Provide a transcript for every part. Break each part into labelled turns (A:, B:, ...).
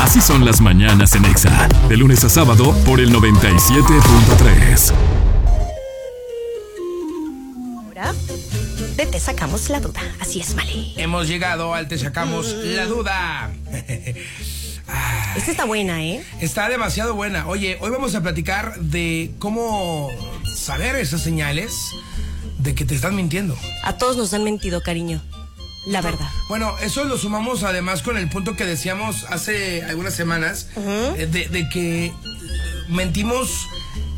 A: Así son las mañanas en Exa. De lunes a sábado por el 97.3.
B: Ahora, de te sacamos la duda. Así es, Male.
C: Hemos llegado al Te Sacamos la Duda. Ah,
B: Esta está buena, ¿eh?
C: Está demasiado buena. Oye, hoy vamos a platicar de cómo saber esas señales de que te están mintiendo.
B: A todos nos han mentido, cariño. La verdad.
C: Bueno, eso lo sumamos además con el punto que decíamos hace algunas semanas, eh, de, de que mentimos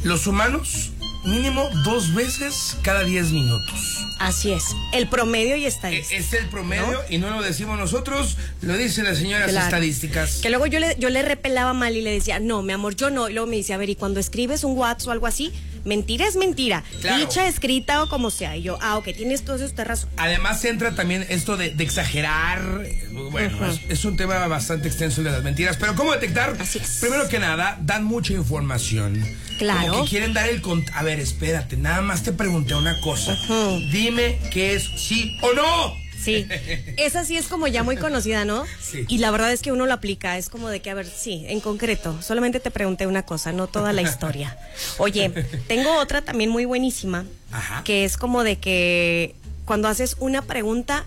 C: los humanos mínimo dos veces cada 10 minutos.
B: Así es. El promedio y
C: E-
B: estadística.
C: Es el promedio y no lo decimos nosotros, lo dicen las señoras
B: Claro.
C: estadísticas.
B: Que luego yo le, yo le repelaba mal y le decía, no, mi amor, yo no. Y luego me dice, a ver, y cuando escribes un WhatsApp o algo así, mentira es mentira.
C: Claro.
B: Dicha, escrita o como sea. Y yo, ah, ok, tienes todo eso, usted razón.
C: Además entra también esto de, de exagerar. Bueno, es, es un tema bastante extenso el de las mentiras, pero ¿cómo detectar?
B: Así es.
C: Primero que nada, dan mucha información.
B: Claro.
C: Como que quieren dar el... cont- A ver, espérate, nada más te pregunté una cosa.
B: Ujú.
C: Dime qué es sí o no.
B: Sí, esa sí es como ya muy conocida, ¿no?
C: Sí.
B: Y la verdad es que uno lo aplica, es como de que, a ver, sí, en concreto, solamente te pregunté una cosa, no toda la historia. Oye, tengo otra también muy buenísima,
C: Ajá.
B: que es como de que cuando haces una pregunta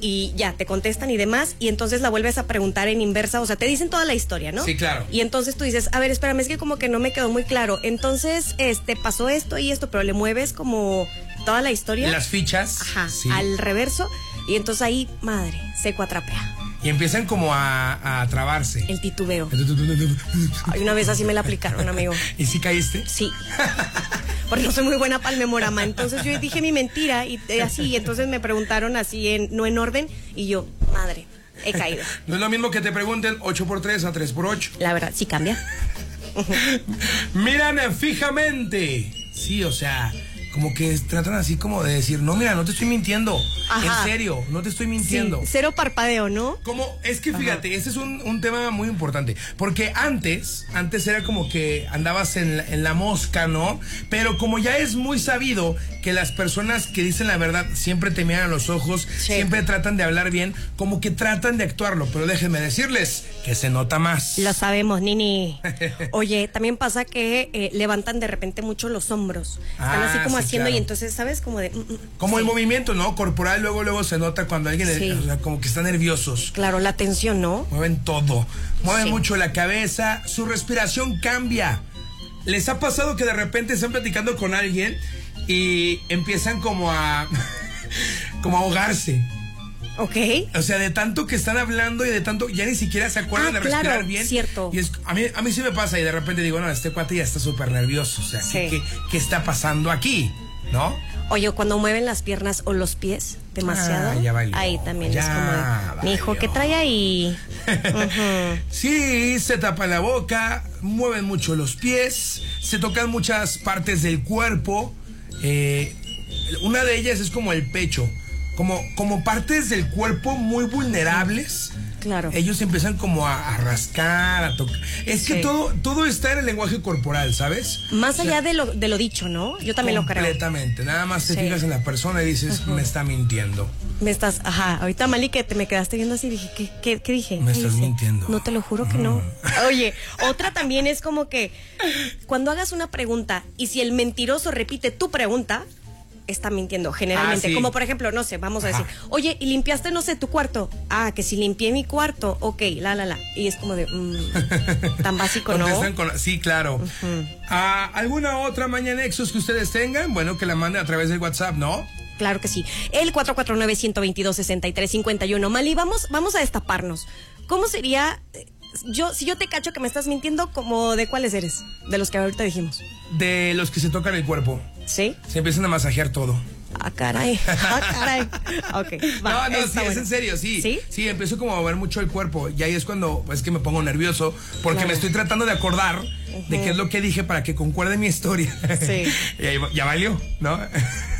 B: y ya te contestan y demás, y entonces la vuelves a preguntar en inversa, o sea, te dicen toda la historia, ¿no?
C: Sí, claro.
B: Y entonces tú dices, a ver, espérame, es que como que no me quedó muy claro. Entonces, este, pasó esto y esto, pero le mueves como toda la historia.
C: Las fichas.
B: Ajá,
C: sí.
B: al reverso. Y entonces ahí, madre, se cuatrapea
C: Y empiezan como a, a trabarse.
B: el titubeo. Ay, una vez así me la aplicaron, amigo.
C: ¿Y si caíste?
B: Sí. Porque no soy muy buena para el memorama. Entonces yo dije mi mentira y eh, así. Y entonces me preguntaron así, en, no en orden. Y yo, madre, he caído.
C: No es lo mismo que te pregunten 8 por 3 a 3 por 8
B: La verdad, sí cambia.
C: Miran eh, fijamente. Sí, o sea, como que es- tratan así como de decir, no, mira, no te estoy mintiendo.
B: Ajá.
C: En serio, no te estoy
B: Sí,
C: mintiendo.
B: cero parpadeo, ¿no?
C: Como, es que fíjate, ese es un, un tema muy importante. Porque antes, antes era como que andabas en la, en la mosca, ¿no? Pero como ya es muy sabido que las personas que dicen la verdad siempre te miran a los ojos,
B: Sí.
C: siempre tratan de hablar bien, como que tratan de actuarlo. Pero déjenme decirles que se nota más.
B: Lo sabemos, Nini. Oye, también pasa que eh, levantan de repente mucho los hombros. Están así
C: Ah,
B: como
C: sí,
B: haciendo y
C: claro.
B: entonces, ¿sabes? Como de... mm, mm,
C: Como el
B: sí.
C: movimiento, ¿no? Corporal, luego, luego se nota cuando alguien,
B: Sí.
C: o sea, como que está nerviosos.
B: Claro, la tensión, ¿no?
C: Mueven todo. Mueven
B: Sí.
C: mucho la cabeza, su respiración cambia. ¿Les ha pasado que de repente están platicando con alguien y empiezan como a. como a ahogarse?
B: Ok.
C: O sea, de tanto que están hablando y de tanto, ya ni siquiera se acuerdan
B: Ah,
C: de respirar
B: claro,
C: bien.
B: cierto.
C: Y es- a, mí, a mí sí me pasa y de repente digo, no, este cuate ya está súper nervioso. O sea,
B: Sí.
C: ¿qué- qué, qué está pasando aquí? ¿No?
B: Oye, cuando mueven las piernas o los pies demasiado,
C: Ah, ya valió.
B: ahí también es
C: Ya
B: como, de, mi hijo,
C: valió".
B: ¿qué trae ahí? Ujú.
C: Sí, se tapan la boca, mueven mucho los pies, se tocan muchas partes del cuerpo. eh, una de ellas es como el pecho, como, como partes del cuerpo muy vulnerables.
B: Claro.
C: Ellos empiezan como a, a rascar, a tocar. Es que
B: Sí.
C: todo, todo está en el lenguaje corporal, ¿sabes?
B: Más allá de lo, de lo dicho, ¿no? Yo también lo creo.
C: Completamente. Nada más te
B: Sí.
C: fijas en la persona y dices, me está mintiendo.
B: Me estás, ajá, ahorita Mali que te me quedaste viendo así, dije, ¿qué, qué, qué dije?
C: Me
B: ¿Qué
C: estás
B: hice?
C: mintiendo. Mm.
B: No te lo juro que no. Oye, otra también es como que cuando hagas una pregunta y si el mentiroso repite tu pregunta, está mintiendo generalmente.
C: Ah, sí.
B: Como por ejemplo, no sé, vamos a
C: Ajá.
B: decir, oye, ¿y limpiaste, no sé, tu cuarto? Ah, que si limpié mi cuarto, ok, la, la, la. Y es como de, mm, tan básico, ¿no?
C: Contestan con- sí, claro. Ah, ¿Alguna otra mañana Nexus que ustedes tengan? Bueno, que la manden a través del WhatsApp, ¿no?
B: Claro que sí. El 449-122-6351. Mali, vamos, vamos a destaparnos. ¿Cómo sería, eh, yo, si yo te cacho que me estás mintiendo, como de cuáles eres? De los que ahorita dijimos.
C: De los que se tocan el cuerpo.
B: ¿Sí?
C: Se empiezan a masajear todo.
B: Ah, caray. Ah, caray. Ok. va,
C: no, no,
B: está
C: sí, es
B: bueno.
C: en serio, sí.
B: ¿Sí?
C: empiezo como a mover mucho el cuerpo. Y ahí es cuando es que me pongo nervioso. Porque
B: Claro.
C: me estoy tratando de acordar de qué es lo que dije para que concuerde mi historia.
B: Sí.
C: y ahí va- ya valió, ¿no?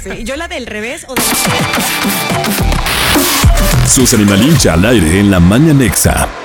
B: Sí, ¿Yo la del revés o del...
A: Susan y Malinche al aire en la mañana Exa.